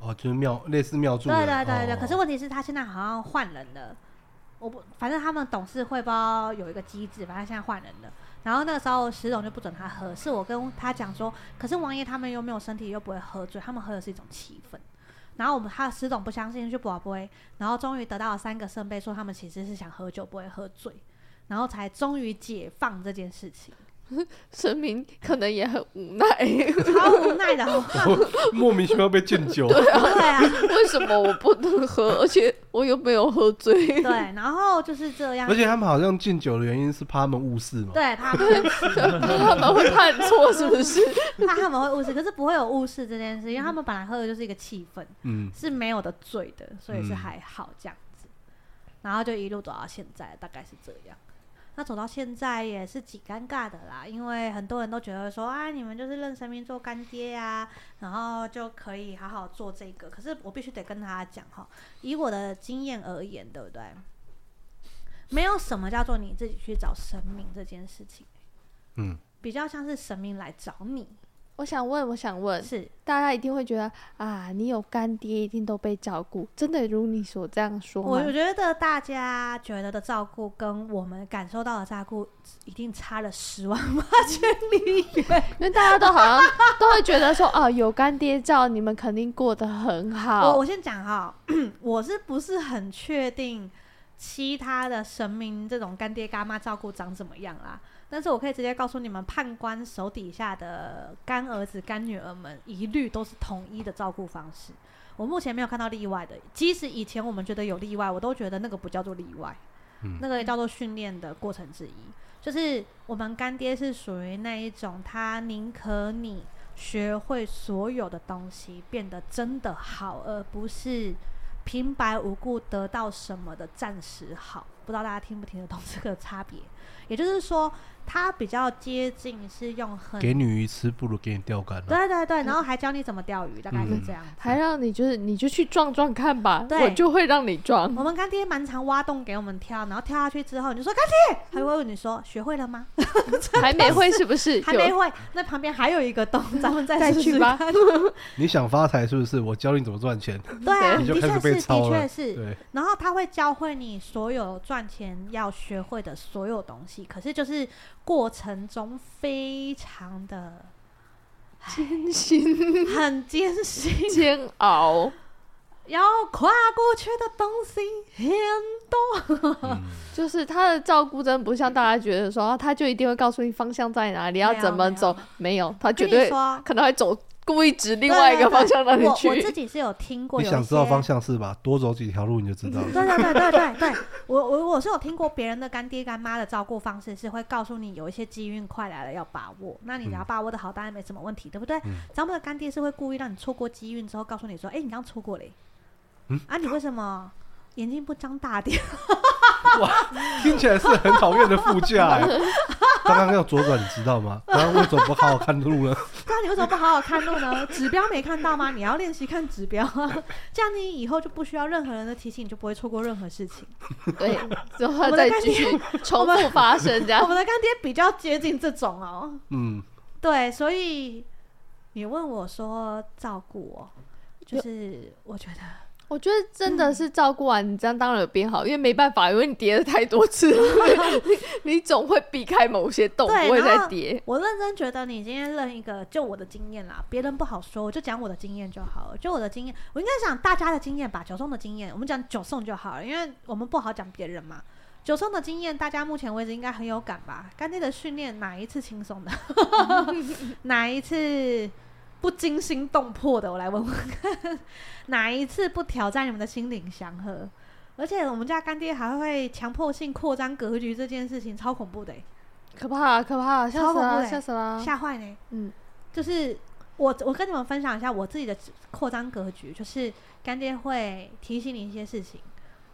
Speaker 1: 哦，就是庙类似庙祝的。
Speaker 2: 对啊对对对，
Speaker 1: 哦
Speaker 2: 可是问题是他现在好像换人了，我不，反正他们董事会不知道有一个机制，反正现在换人了。然后那个时候石董就不准他喝，是我跟他讲说，可是王爷他们又没有身体，又不会喝醉，他们喝的是一种气氛。然后我们他石董不相信，就不杯，然后终于得到了三个圣杯，说他们其实是想喝酒，不会喝醉，然后才终于解放这件事情，
Speaker 3: 神明可能也很无奈，
Speaker 2: 超无奈的，
Speaker 1: 莫名其妙被敬酒，
Speaker 2: 对啊，
Speaker 3: 为什么我不能喝？而且我又没有喝醉。
Speaker 2: 对，然后就是这样
Speaker 1: 而，且他们好像敬酒的原因是怕他们误事嘛。
Speaker 2: 对，怕
Speaker 3: 他们会判错是不是？
Speaker 2: 怕他们会误事，可是不会有误事这件事，因为他们本来喝的就是一个气氛，
Speaker 1: 嗯，
Speaker 2: 是没有的醉的，所以是
Speaker 1: 嗯
Speaker 2: 还好这样子。然后就一路走到现在，大概是这样。那走到现在也是挺尴尬的啦，因为很多人都觉得说啊，你们就是认神明做干爹啊，然后就可以好好做这个。可是我必须得跟他讲哈，以我的经验而言，对不对？没有什么叫做你自己去找神明这件事情，
Speaker 1: 嗯，
Speaker 2: 比较像是神明来找你，
Speaker 3: 我想问，我想问，
Speaker 2: 是
Speaker 3: 大家一定会觉得啊，你有干爹，一定都被照顾。真的如你所这样说
Speaker 2: 我
Speaker 3: 吗？
Speaker 2: 觉得大家觉得的照顾跟我们感受到的照顾，一定差了十万八千里远。
Speaker 3: 因为大家都好 像都会觉得说，啊，有干爹照，你们肯定过得很
Speaker 2: 我
Speaker 3: 好。
Speaker 2: 我先讲哈， 我是不是很确定其他的神明这种干爹干妈照顾长怎么样啦？但是我可以直接告诉你们，判官手底下的干儿子、干女儿们，一律都是统一的照顾方式。我目前没有看到例外的，即使以前我们觉得有例外，我都觉得那个不叫做例外，
Speaker 1: 嗯
Speaker 2: 那个叫做训练的过程之一。就是我们干爹是属于那一种，他宁可你学会所有的东西，变得真的好，而不是平白无故得到什么的暂时好。不知道大家听不听得懂这个差别？也就是说，它比较接近是用很
Speaker 1: 给你鱼吃不如给你钓竿啊。
Speaker 2: 对对对，然后还教你怎么钓鱼，大概是
Speaker 1: 嗯
Speaker 2: 这样。
Speaker 3: 还让你就是你就去撞撞看吧，
Speaker 2: 对
Speaker 3: 我就会让你 撞。
Speaker 2: 我们干爹蛮常挖洞给我们跳，然后跳下去之后，你就说干爹，他就会问你说学会了吗？
Speaker 3: 还没会是不 是？
Speaker 2: 还没
Speaker 3: 有
Speaker 2: 会，那旁边还有一个洞，咱们再
Speaker 3: 再
Speaker 2: 试
Speaker 3: 去
Speaker 2: 试
Speaker 3: 吧
Speaker 2: 看。
Speaker 1: 你想发财是不是？我教你怎么赚钱。
Speaker 2: 对啊，
Speaker 1: 你就
Speaker 2: 的
Speaker 1: 开始
Speaker 2: 确
Speaker 1: 被
Speaker 2: 是，的
Speaker 1: 抄
Speaker 2: 确
Speaker 1: 了
Speaker 2: 是。
Speaker 1: 对，
Speaker 2: 然后他会教会你所有赚钱要学会的所有东西，可是就是过程中非常的
Speaker 3: 艰辛
Speaker 2: 很艰辛，
Speaker 3: 煎熬，
Speaker 2: 要跨过去的东西很
Speaker 3: 啊
Speaker 2: 多。
Speaker 3: 就是他的照顾真的不像大家觉得说，啊他就一定会告诉你方向在哪里，要
Speaker 2: 没有
Speaker 3: 怎么
Speaker 2: 没有
Speaker 3: 走。没有，他绝
Speaker 2: 跟你
Speaker 3: 对
Speaker 2: 说，
Speaker 3: 可能还走故意指另
Speaker 2: 对
Speaker 3: 外一个
Speaker 2: 对
Speaker 3: 方向让你
Speaker 2: 我我自
Speaker 3: 去。
Speaker 2: 己是有听过，
Speaker 1: 你
Speaker 2: 有一
Speaker 1: 想知道
Speaker 2: 些
Speaker 1: 方向是吧？多走几条路你就知道 了。
Speaker 2: 对对对对对对，我我我是有听过别人的干爹干妈的照顾方式是会告诉你有一些机运快来了要把握，那你只要把握的好，当然没什么问题，对不对？
Speaker 1: 嗯
Speaker 2: 咱们的干爹是会故意让你错过机运之后，告诉你说，哎、你刚错过嘞、
Speaker 1: 嗯
Speaker 2: 啊，你为什么眼睛不张大点？
Speaker 1: 听起来是很讨厌的副驾欸。 刚刚要左转，你知道吗？刚刚为什么不好好看路呢？
Speaker 2: 那你为什么不好好看路呢？指标没看到吗？你要练习看指标啊， 这样你以后就不需要任何人的提醒，你就不会错过任何事情。
Speaker 3: 对， 然后
Speaker 2: 我
Speaker 3: 他
Speaker 2: 的
Speaker 3: 再
Speaker 2: 干
Speaker 3: 继续重 复发生这
Speaker 2: 我
Speaker 3: 样。
Speaker 2: 们的干爹比较接近这种哦。
Speaker 1: 嗯，
Speaker 2: 对，所以你问我说照顾我，就是我觉得
Speaker 3: 我觉得真的是照顾完，你这样当然有变好，因为没办法，因为你跌了太多次，你 你总会避开某些洞，
Speaker 2: 对
Speaker 3: 不会
Speaker 2: 然
Speaker 3: 再
Speaker 2: 后
Speaker 3: 跌。
Speaker 2: 我认真觉得你今天认一个，就我的经验啦，别人不好说，我就讲我的经验就好了。就我的经验，我应该讲大家的经验吧，九送的经验，我们讲九送就好了，因为我们不好讲别人嘛。九送的经验，大家目前为止应该很有感吧？干爹的训练哪一次轻松的？哪一次不惊心动魄的？我来问 问看，哪一次不挑战你们的心灵祥和？而且我们家干爹还会强迫性扩张格局，这件事情超恐怖的欸、
Speaker 3: 可怕，可怕，吓
Speaker 2: 超恐
Speaker 3: 死
Speaker 2: 怖
Speaker 3: 啦，
Speaker 2: 欸
Speaker 3: 吓死啦！
Speaker 2: 吓坏呢。
Speaker 3: 嗯，
Speaker 2: 就是我我跟你们分享一下我自己的扩张格局，就是干爹会提醒你一些事情，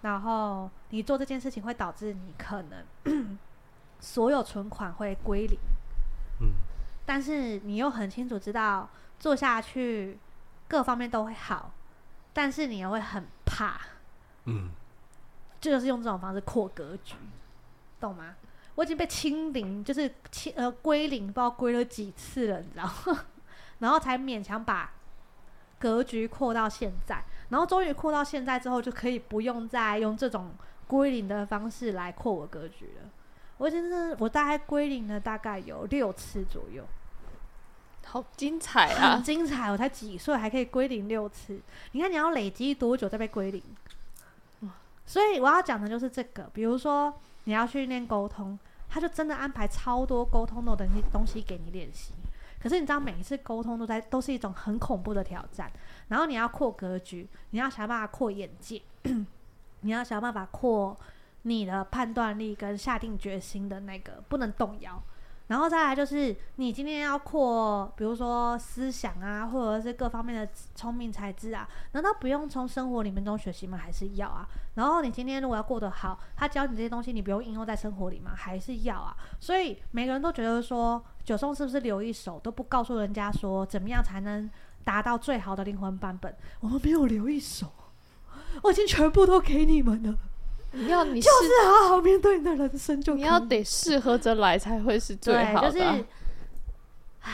Speaker 2: 然后你做这件事情会导致你可能 所有存款会归零，
Speaker 1: 嗯，
Speaker 2: 但是你又很清楚知道做下去各方面都会好，但是你也会很怕，
Speaker 1: 嗯，
Speaker 2: 就是用这种方式扩格局，懂吗？我已经被清零，就是清呃归零，不知道归了几次了，你知道吗？ 然后才勉强把格局扩到现在，然后终于扩到现在之后，就可以不用再用这种归零的方式来扩我格局了。我已经是我大概归零了大概有六次左右，
Speaker 3: 好精彩
Speaker 2: 很
Speaker 3: 啊！
Speaker 2: 精彩。我才几岁还可以归零六次，你看你要累积多久再被归零？所以我要讲的就是这个，比如说你要去练沟通，他就真的安排超多沟通的东西东西给你练习。可是你知道，每一次沟通都在都是一种很恐怖的挑战，然后你要扩格局，你要想办法扩眼界， 你要想办法扩你的判断力跟下定决心的那个不能动摇。然后再来就是，你今天要扩，比如说思想啊，或者是各方面的聪明才智啊，难道不用从生活里面中学习吗？还是要啊？然后你今天如果要过得好，他教你这些东西，你不用应用在生活里吗？还是要啊？所以每个人都觉得说，九松是不是留一手，都不告诉人家说怎么样才能达到最好的灵魂版本？我们没有留一手，我已经全部都给你们了，
Speaker 3: 你要你是
Speaker 2: 就是好好面对你的人生就可以
Speaker 3: 你要得适合着来才会是最
Speaker 2: 对，
Speaker 3: 好
Speaker 2: 就
Speaker 3: 的。啊
Speaker 2: 是，唉，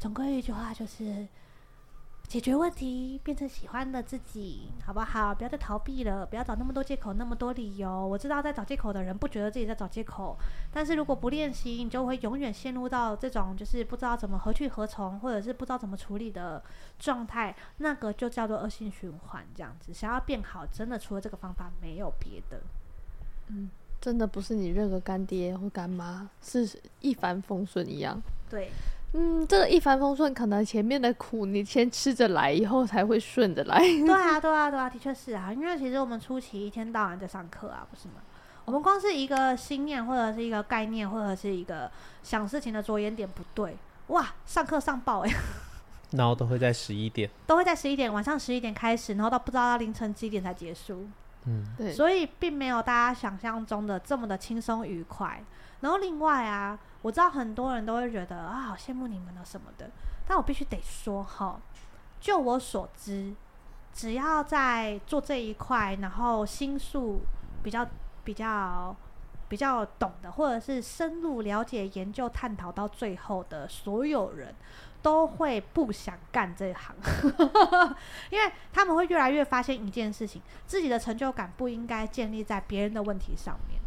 Speaker 2: 总归一句话就是，解决问题，变成喜欢的自己，好不好？不要再逃避了，不要找那么多借口，那么多理由。我知道在找借口的人不觉得自己在找借口，但是如果不练习，你就会永远陷入到这种就是不知道怎么何去何从，或者是不知道怎么处理的状态，那个就叫做恶性循环。这样子，想要变好，真的除了这个方法没有别的。
Speaker 3: 真的不是你认个干爹或干妈，是一帆风顺一样。
Speaker 2: 对，
Speaker 3: 嗯，这个一帆风顺，可能前面的苦你先吃着来，以后才会顺着 来。
Speaker 2: 对啊，对啊，对啊，的确是啊，因为其实我们初期一天到晚在上课啊，不是吗？我们光是一个心念，或者是一个概念，或者是一个想事情的着眼点不对，哇，上课上爆哎、
Speaker 5: 然后都会在十一点，
Speaker 2: 都会在十一点，晚上十一点开始，然后到不知道到凌晨几点才结束。
Speaker 5: 嗯，
Speaker 3: 对，
Speaker 2: 所以并没有大家想象中的这么的轻松愉快。然后另外啊，我知道很多人都会觉得啊，好羡慕你们啊什么的，但我必须得说哈，就我所知，只要在做这一块，然后心术比较比较比较懂的，或者是深入了解、研究、探讨到最后的所有人。都会不想干这一行， 因为他们会越来越发现一件事情，自己的成就感不应该建立在别人的问题上面，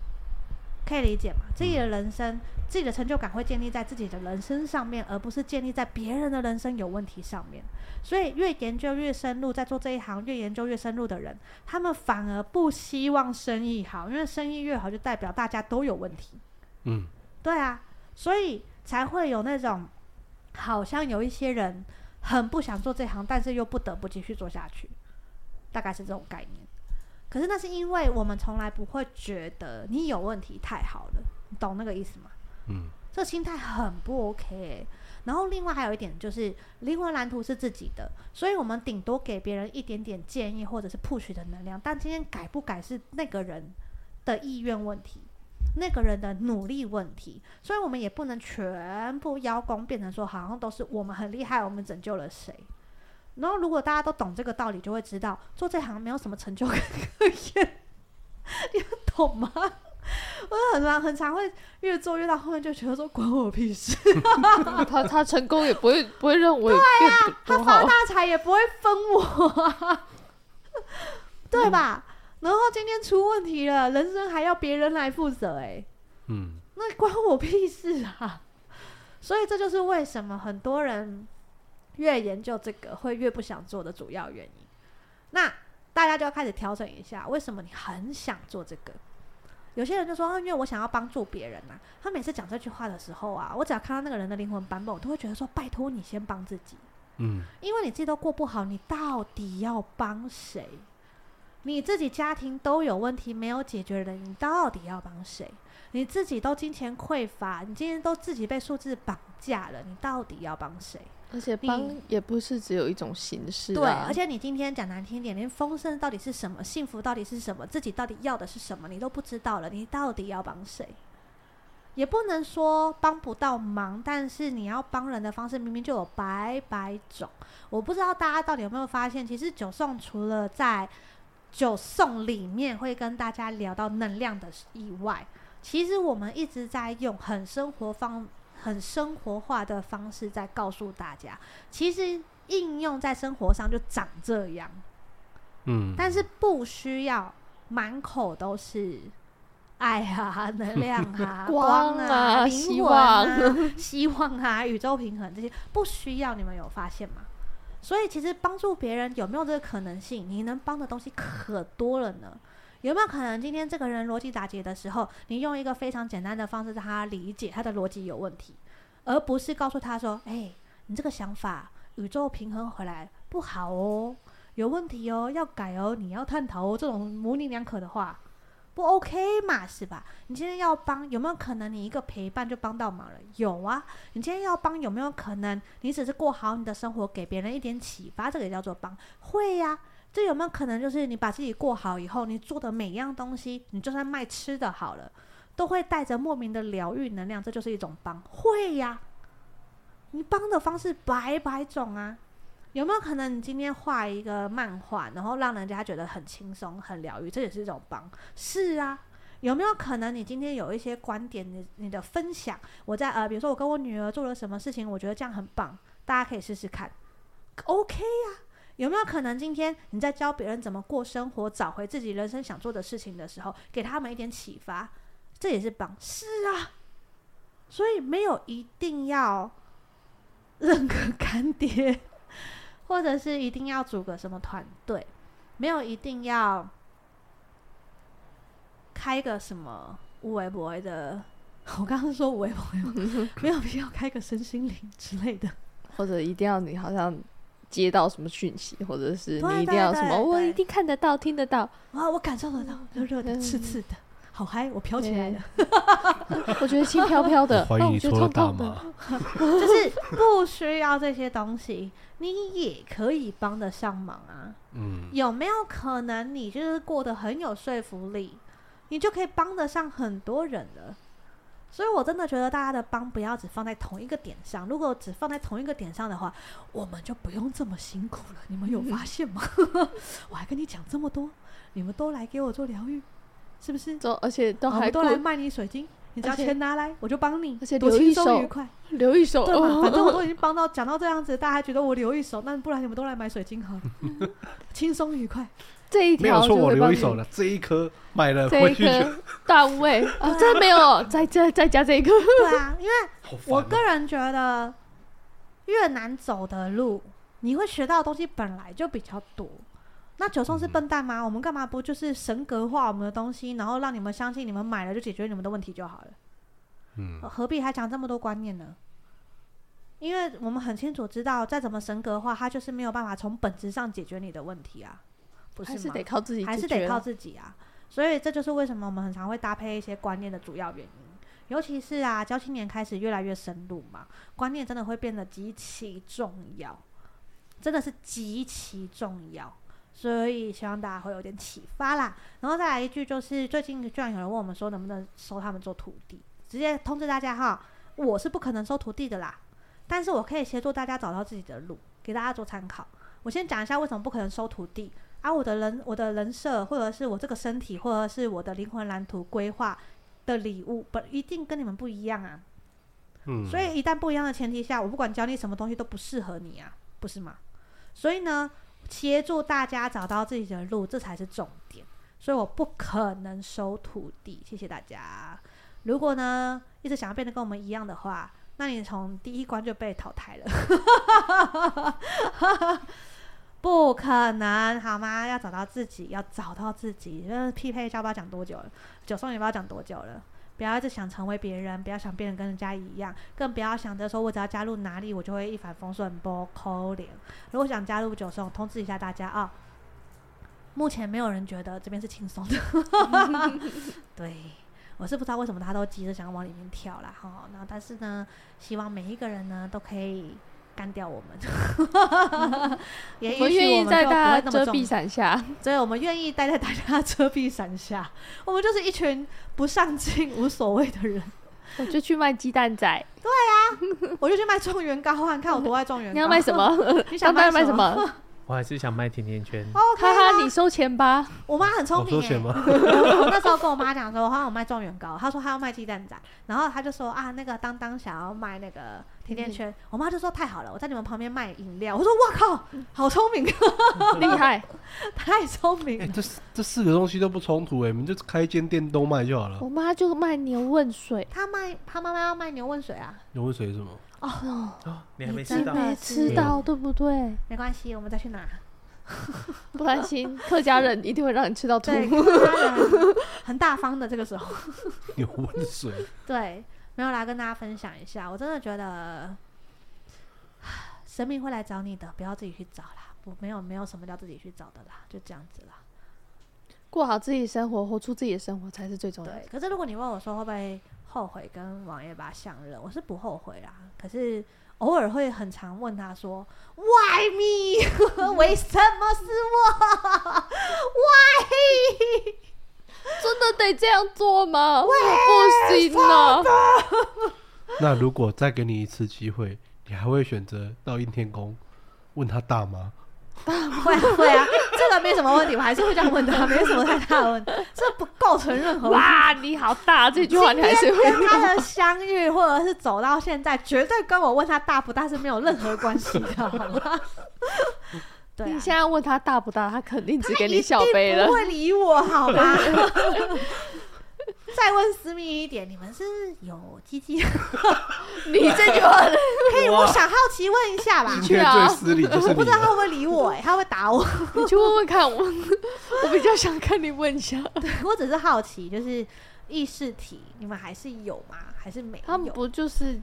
Speaker 2: 可以理解吗？自己的人生，自己的成就感会建立在自己的人生上面，而不是建立在别人的人生有问题上面。所以，越研究越深入，在做这一行越研究越深入的人，他们反而不希望生意好，因为生意越好，就代表大家都有问题。
Speaker 1: 嗯，
Speaker 2: 对啊，所以才会有那种好像有一些人很不想做这行，但是又不得不继续做下去，大概是这种概念。可是那是因为我们从来不会觉得你有问题太好了，你懂那个意思吗？
Speaker 1: 嗯，
Speaker 2: 这心态很不 OK 欸、然后另外还有一点就是，灵魂蓝图是自己的，所以我们顶多给别人一点点建议或者是 push 的能量，但今天改不改是那个人的意愿问题，那个人的努力问题，所以我们也不能全部邀功，变成说好像都是我们很厉害，我们拯救了谁。然后如果大家都懂这个道理，就会知道做这行没有什么成就感可言， 你们懂吗？我就很常很常会越做越到后面就觉得说关我屁事，
Speaker 3: 他他成功也 不会不会认为变得
Speaker 2: 啊他
Speaker 3: 多
Speaker 2: 发
Speaker 3: 好。
Speaker 2: 大财也不会分我啊、 对吧？
Speaker 3: 嗯
Speaker 2: 然后今天出问题了，人生还要别人来负责、哎，
Speaker 1: 嗯，
Speaker 2: 那关我屁事啊！ 所以这就是为什么很多人越研究这个会越不想做的主要原因。那大家就要开始调整一下，为什么你很想做这个？有些人就说，啊因为我想要帮助别人呐、他每次讲这句话的时候啊，我只要看到那个人的灵魂版本，我都会觉得说，拜托你先帮自己。
Speaker 1: 嗯，
Speaker 2: 因为你自己都过不好，你到底要帮谁？你自己家庭都有问题没有解决的，你到底要帮谁？你自己都金钱匮乏，你今天都自己被数字绑架了，你到底要帮谁？
Speaker 3: 而且帮
Speaker 2: 你
Speaker 3: 也不是只有一种形式、啊，、
Speaker 2: 对，而且你今天讲难听一点，连丰盛到底是什么，幸福到底是什么，自己到底要的是什么，你都不知道了，你到底要帮谁？也不能说帮不到忙，但是你要帮人的方式明明就有百百种。我不知道大家到底有没有发现，其实九颂除了在九颂里面会跟大家聊到能量的以外，其实我们一直在用很生活方、很生活化的方式在告诉大家，其实应用在生活上就长这样，
Speaker 1: 嗯，
Speaker 2: 但是不需要满口都是爱啊、能量啊光
Speaker 3: 光啊
Speaker 2: 灵
Speaker 3: 希
Speaker 2: 魂啊、 希望啊、宇宙平衡这些，不需要。你们有发现吗？所以其实帮助别人有没有这个可能性？你能帮的东西可多了呢。有没有可能今天这个人逻辑打结的时候，你用一个非常简单的方式让他理解他的逻辑有问题，而不是告诉他说：“哎、你这个想法宇宙平衡回来不好哦，有问题哦，要改哦，你要探讨哦。”这种模棱两可的话，不 OK 嘛，是吧？你今天要帮，有没有可能你一个陪伴就帮到忙了？有啊。你今天要帮，有没有可能你只是过好你的生活，给别人一点启发，这个也叫做帮？会呀、这有没有可能就是你把自己过好以后，你做的每样东西，你就算卖吃的好了，都会带着莫名的疗愈能量，这就是一种帮。会呀、你帮的方式百百种啊。有没有可能你今天画一个漫画，然后让人家觉得很轻松、很疗愈，这也是一种帮。是啊，有没有可能你今天有一些观点，你你的分享，我在呃，比如说我跟我女儿做了什么事情，我觉得这样很棒，大家可以试试看，OK 呀、有没有可能今天你在教别人怎么过生活，找回自己人生想做的事情的时候，给他们一点启发，这也是帮。是啊，所以没有一定要认个干爹，或者是一定要组个什么团队，没有一定要。开个什么无为不为的，我刚刚说无为不为 吗，没有必要开个身心灵之类的。
Speaker 3: 或者一定要你好像接到什么讯息，或者是
Speaker 2: 对
Speaker 3: 你一定要什么，
Speaker 2: 对对
Speaker 3: 我
Speaker 2: 对
Speaker 3: 一定看得到、听得到。
Speaker 2: 哇，我感受得到热热的、
Speaker 3: 嗯
Speaker 2: 刺刺的，好嗨，我飘起来了。
Speaker 3: 我觉得轻飘飘的，
Speaker 1: 怀
Speaker 3: 哦
Speaker 1: 疑
Speaker 3: 我
Speaker 1: 你
Speaker 3: 觉
Speaker 1: 抽
Speaker 3: 得
Speaker 1: 了
Speaker 3: 痛
Speaker 1: 大
Speaker 3: 痛的。
Speaker 1: 麻，
Speaker 2: 就是不需要这些东西，你也可以帮得上忙啊。
Speaker 1: 嗯，
Speaker 2: 有没有可能你就是过得很有说服力，你就可以帮得上很多人了？所以我真的觉得大家的帮不要只放在同一个点上，如果只放在同一个点上的话，我们就不用这么辛苦了。你们有发现吗？ 我还跟你讲这么多，你们都来给我做疗愈，是不是？
Speaker 3: 之后而且都
Speaker 2: 啊我们
Speaker 3: 还
Speaker 2: 都
Speaker 3: 过
Speaker 2: 来卖你水晶，你只要
Speaker 3: 而且
Speaker 2: 钱拿来，我就帮你，
Speaker 3: 而且
Speaker 2: 多
Speaker 3: 留
Speaker 2: 轻
Speaker 3: 一手
Speaker 2: 松愉快。
Speaker 3: 留一手，
Speaker 2: 对 嘛？反正我
Speaker 3: 哦
Speaker 2: 都已经帮到讲到这样子，大家觉得我留一手，那不然你们都来买水晶 好了，轻松愉快。
Speaker 3: 这一
Speaker 1: 没有
Speaker 3: 条
Speaker 1: 错，
Speaker 3: 就
Speaker 1: 我
Speaker 3: 会
Speaker 1: 留
Speaker 3: 帮
Speaker 1: 一
Speaker 3: 你
Speaker 1: 手了，这一颗买了
Speaker 3: 这
Speaker 1: 回
Speaker 3: 一
Speaker 1: 去就
Speaker 3: 颗 段位啊，真的没有， 再再再加这一颗，
Speaker 2: 对啊，因为
Speaker 1: 好烦
Speaker 2: 我
Speaker 1: 哦
Speaker 2: 个人觉得越难走的路，你会学到的东西本来就比较多。那九颂是笨蛋吗？我们干嘛不就是神格化我们的东西，然后让你们相信你们买了就解决你们的问题就好了？
Speaker 1: 嗯
Speaker 2: 何必还讲这么多观念呢？因为我们很清楚知道，再怎么神格化，它就是没有办法从本质上解决你的问题啊，不
Speaker 3: 还
Speaker 2: 吗？
Speaker 3: 是得靠自己，
Speaker 2: 还是得靠。自己啊。所以这就是为什么我们很常会搭配一些观念的主要原因。尤其是啊，交青年开始越来越深入嘛，观念真的会变得极其重要，真的是极其重要。所以希望大家会有点启发啦。然后再来一句，就是最近居然有人问我们说，能不能收他们做徒弟？直接通知大家哈，我是不可能收徒弟的啦，但是我可以协助大家找到自己的路，给大家做参考。我先讲一下为什么不可能收徒弟。啊，我的人，我的人设，或者是我这个身体，或者是我的灵魂蓝图规划的礼物，本一定跟你们不一样啊。
Speaker 1: 嗯，
Speaker 2: 所以一旦不一样的前提下，我不管教你什么东西都不适合你啊，不是吗？所以呢，协助大家找到自己的路，这才是重点。所以我不可能收徒弟，谢谢大家。如果呢一直想要变得跟我们一样的话，那你从第一关就被淘汰了。 不可能，好吗？要找到自己，要找到自己。那匹配教不知道讲多久了，九松也不知道讲多久了。不要一直想成为别人，不要想变得跟人家一样，更不要想着说我只要加入哪里，我就会一帆风顺、波扣脸。如果想加入九松，通知一下大家啊、目前没有人觉得这边是轻松的， 对我是不知道为什么大家都急着想要往里面跳啦哈。然后但是呢，希望每一个人呢都可以干掉我们， 也
Speaker 3: 我
Speaker 2: 允许
Speaker 3: 愿意
Speaker 2: 们
Speaker 3: 在
Speaker 2: 就不会
Speaker 3: 大
Speaker 2: 那
Speaker 3: 家
Speaker 2: 么
Speaker 3: 遮
Speaker 2: 重
Speaker 3: 蔽伞 下，
Speaker 2: 所以我们愿意待在大家的遮蔽伞下， 我们就是一群不上进、无所谓的人。
Speaker 3: 我就去卖鸡蛋仔。
Speaker 2: 我就去卖状元糕啊，你看我多爱状元糕。
Speaker 3: 你要卖什？么？
Speaker 2: 你想
Speaker 3: 当然
Speaker 2: 卖
Speaker 3: 卖
Speaker 2: 什
Speaker 3: 什么？
Speaker 5: 我还是想卖甜甜圈。
Speaker 2: ？OK
Speaker 3: 哈哈，
Speaker 2: 啦，
Speaker 3: 你收钱 吧。
Speaker 2: 啊我妈很聪
Speaker 1: 我说
Speaker 2: 明欸
Speaker 1: 什么？
Speaker 2: 我那时候跟我妈讲说，我好像有卖状元糕，她说她要卖鸡蛋仔，然后她就说啊，那个当当想要卖那个甜甜
Speaker 3: 嗯
Speaker 2: 圈，我妈就说太好了，我在你们旁边卖饮料。我说哇靠，好聪明，啊
Speaker 3: 厉害，
Speaker 2: 太聪明
Speaker 1: 哎、
Speaker 2: 了。
Speaker 1: 这四这四个东西都不冲突哎、你们就开一间店都卖就好了
Speaker 3: 我。妈就卖牛问水，
Speaker 2: 她卖，她妈妈要卖牛问水啊，
Speaker 1: 牛问水是什 么？
Speaker 5: 哦，你还没吃
Speaker 3: 真
Speaker 5: 到？
Speaker 3: 没吃到，对不对？
Speaker 2: 没关系，我们再去拿。
Speaker 3: 不担心，客 家人一定会让你吃到吐。
Speaker 2: 对，家人很大方的这个时候。
Speaker 1: 牛问水，
Speaker 2: 对，没有啦，跟大家分享一下，我真的觉得神明会来找你的，不要自己去找啦，不，没有没有什么叫自己去找的啦，就这样子啦。
Speaker 3: 过好自己生活，活出自己的生活才是最重要的
Speaker 2: 对。，可是如果你问我说会不会后悔跟王爷吧相认，我是不后悔啦，可是。偶尔会很常问他说：“Why me？为 什么是我？Why？”
Speaker 3: 真的得这样做吗？我不行啊 了，
Speaker 1: 那如果再给你一次机会，你还会选择到应天宫问他大吗？
Speaker 2: 会啊会啊，这个没什么问题，我还是会这样问他，没什么太大的问题， 这不构成任何问题。
Speaker 3: 哇，你好大，这句话你还是
Speaker 2: 今
Speaker 3: 会
Speaker 2: 天跟他的相遇，或者是走到现在，绝对跟我问他大不大是没有任何关系的，好吗？对、啊，
Speaker 3: 你现在问他大不大，他肯定只给你小杯
Speaker 2: 一定
Speaker 3: 了
Speaker 2: 不。会理我，好 吗？再问私密一点，你们是有鸡鸡？
Speaker 3: 你这句话，
Speaker 2: 可以，我想好奇问一下吧。
Speaker 1: 今
Speaker 3: 去
Speaker 1: 天
Speaker 3: 啊
Speaker 1: 最失礼就是
Speaker 2: 我不
Speaker 1: 你
Speaker 2: 知道他
Speaker 1: 了。
Speaker 2: 会不会理我、欸，他会打我。
Speaker 3: 你去问问看，我我比较想看你问一下，
Speaker 2: 我只是好奇，就是意识体，你们还是有吗？还是没有？
Speaker 3: 他们不就是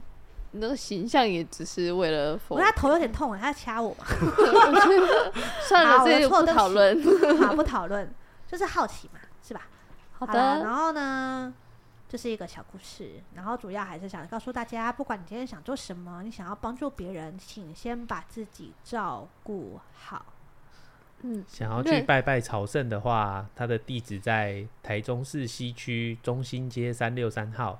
Speaker 3: 那个形象，也只是为了否
Speaker 2: 我他头有点痛、欸，他掐我嘛。
Speaker 3: 算
Speaker 2: 好
Speaker 3: 了，
Speaker 2: 我
Speaker 3: 这
Speaker 2: 的
Speaker 3: 就
Speaker 2: 错
Speaker 3: 不
Speaker 2: 对不
Speaker 3: 讨
Speaker 2: 起
Speaker 3: 论。
Speaker 2: 好，不讨论，就是好奇嘛，是吧？
Speaker 3: 好
Speaker 2: 啦
Speaker 3: 的，
Speaker 2: 然后呢，这、是一个小故事，然后主要还是想告诉大家，不管你今天想做什么，你想要帮助别人，请先把自己照顾好。
Speaker 3: 嗯，
Speaker 5: 想要
Speaker 3: 对
Speaker 5: 去拜拜朝圣的话，它的地址在台中市西区中心街三六三号，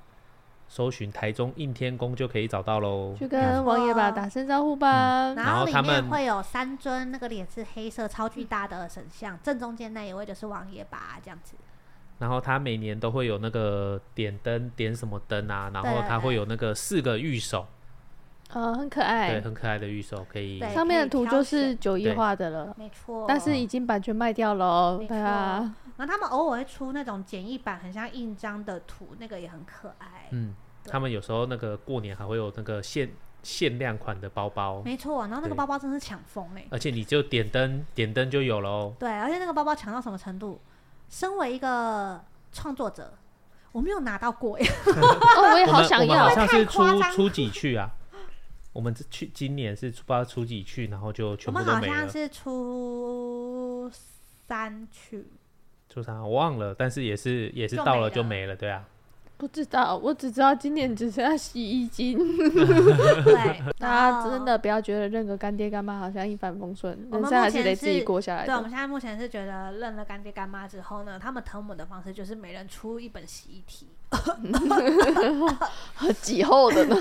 Speaker 5: 搜寻台中应天宫就可以找到喽。
Speaker 3: 去
Speaker 2: 嗯
Speaker 3: 跟王爷吧打声招呼吧。
Speaker 5: 然
Speaker 2: 然后
Speaker 5: 后
Speaker 2: 里
Speaker 5: 他
Speaker 2: 面
Speaker 5: 们
Speaker 2: 会有三尊那个脸是黑色超巨大的神像，正中间那一位就是王爷吧，这样子。
Speaker 5: 然后它每年都会有那个点灯，点什么灯啊？然后它会有那个四个玉手，
Speaker 3: 嗯，很可
Speaker 5: 对，
Speaker 3: 爱。
Speaker 5: 很可爱的玉手，可以
Speaker 2: 对
Speaker 3: 上面的图就是九一
Speaker 5: 对
Speaker 3: 画的了，
Speaker 2: 没错，
Speaker 3: 但是已经版权卖掉了哦
Speaker 2: 哦没。
Speaker 3: 对啊，
Speaker 2: 然后他们偶尔会出那种简易版，很像印章的图，那个也很可爱。
Speaker 5: 嗯，他们有时候那个过年还会有那个限限量款的包包，
Speaker 2: 没错，然后那个
Speaker 5: 对
Speaker 2: 包包真是抢疯哎、
Speaker 5: 而且你就点灯，点灯就有哦喽。
Speaker 2: 对，而且那个包包强到什么程度？身为一个创作者，我没有拿到过耶，
Speaker 3: 哦，我
Speaker 2: 哎
Speaker 3: 也
Speaker 5: 我
Speaker 3: 好
Speaker 5: 们
Speaker 3: 想
Speaker 5: 我们好
Speaker 3: 要。
Speaker 5: 像
Speaker 2: 太
Speaker 5: 是
Speaker 2: 夸
Speaker 5: 出
Speaker 2: 张
Speaker 5: 出几去啊？我们这去今年是出不知道出几去，然后就
Speaker 2: 我
Speaker 5: 全部
Speaker 2: 们
Speaker 5: 都
Speaker 2: 好
Speaker 5: 没
Speaker 2: 像
Speaker 5: 了。
Speaker 2: 是初三 去，
Speaker 5: 出啥我忘了，但是也是也是
Speaker 2: 就
Speaker 5: 到
Speaker 2: 没
Speaker 5: 了就
Speaker 2: 了
Speaker 5: 没了，对啊。
Speaker 3: 不知道，我只知道今年只剩下洗衣
Speaker 2: 哦
Speaker 3: 精。
Speaker 2: 对，然
Speaker 3: 大家
Speaker 2: 后
Speaker 3: 啊真。的不要觉得认个干爹干妈好像一帆风顺，
Speaker 2: 我们
Speaker 3: 人
Speaker 2: 目
Speaker 3: 生还是
Speaker 2: 前
Speaker 3: 得自己
Speaker 2: 是
Speaker 3: 过下来
Speaker 2: 对，我们
Speaker 3: 的。
Speaker 2: 现在目前是觉得认了干爹干妈之后呢，他们疼我们的方式就是每人出一本洗衣题，啊
Speaker 3: 几后的呢？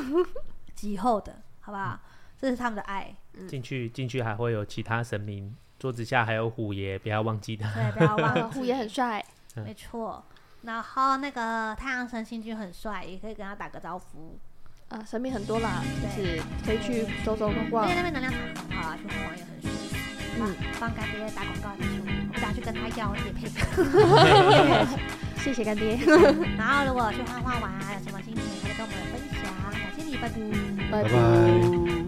Speaker 2: 极厚的，好不好？这是他们的爱，
Speaker 5: 进去进去还会有其他神明，桌子下还有虎爷，不要忘记他。
Speaker 2: 对，不要忘记。
Speaker 3: 虎呃 也很帅，
Speaker 5: 嗯
Speaker 2: 没错。然后那个太阳神星君很帅，也可以跟他打个招呼，
Speaker 3: 啊，神秘很多啦，就
Speaker 2: 对
Speaker 3: 是可以去走走逛
Speaker 2: 因
Speaker 3: 逛呃
Speaker 2: 为。那边能量场很好啊，去红王也很舒服。帮
Speaker 3: 嗯
Speaker 2: 帮干爹打广告的书，我们等下去跟他要也配。
Speaker 3: 谢谢干爹，
Speaker 2: 然后啊
Speaker 3: 嗯
Speaker 2: 如果去画画玩有什么心情，还可以跟我们分享。感谢你，拜
Speaker 1: 拜
Speaker 2: 拜。
Speaker 1: 拜
Speaker 3: 拜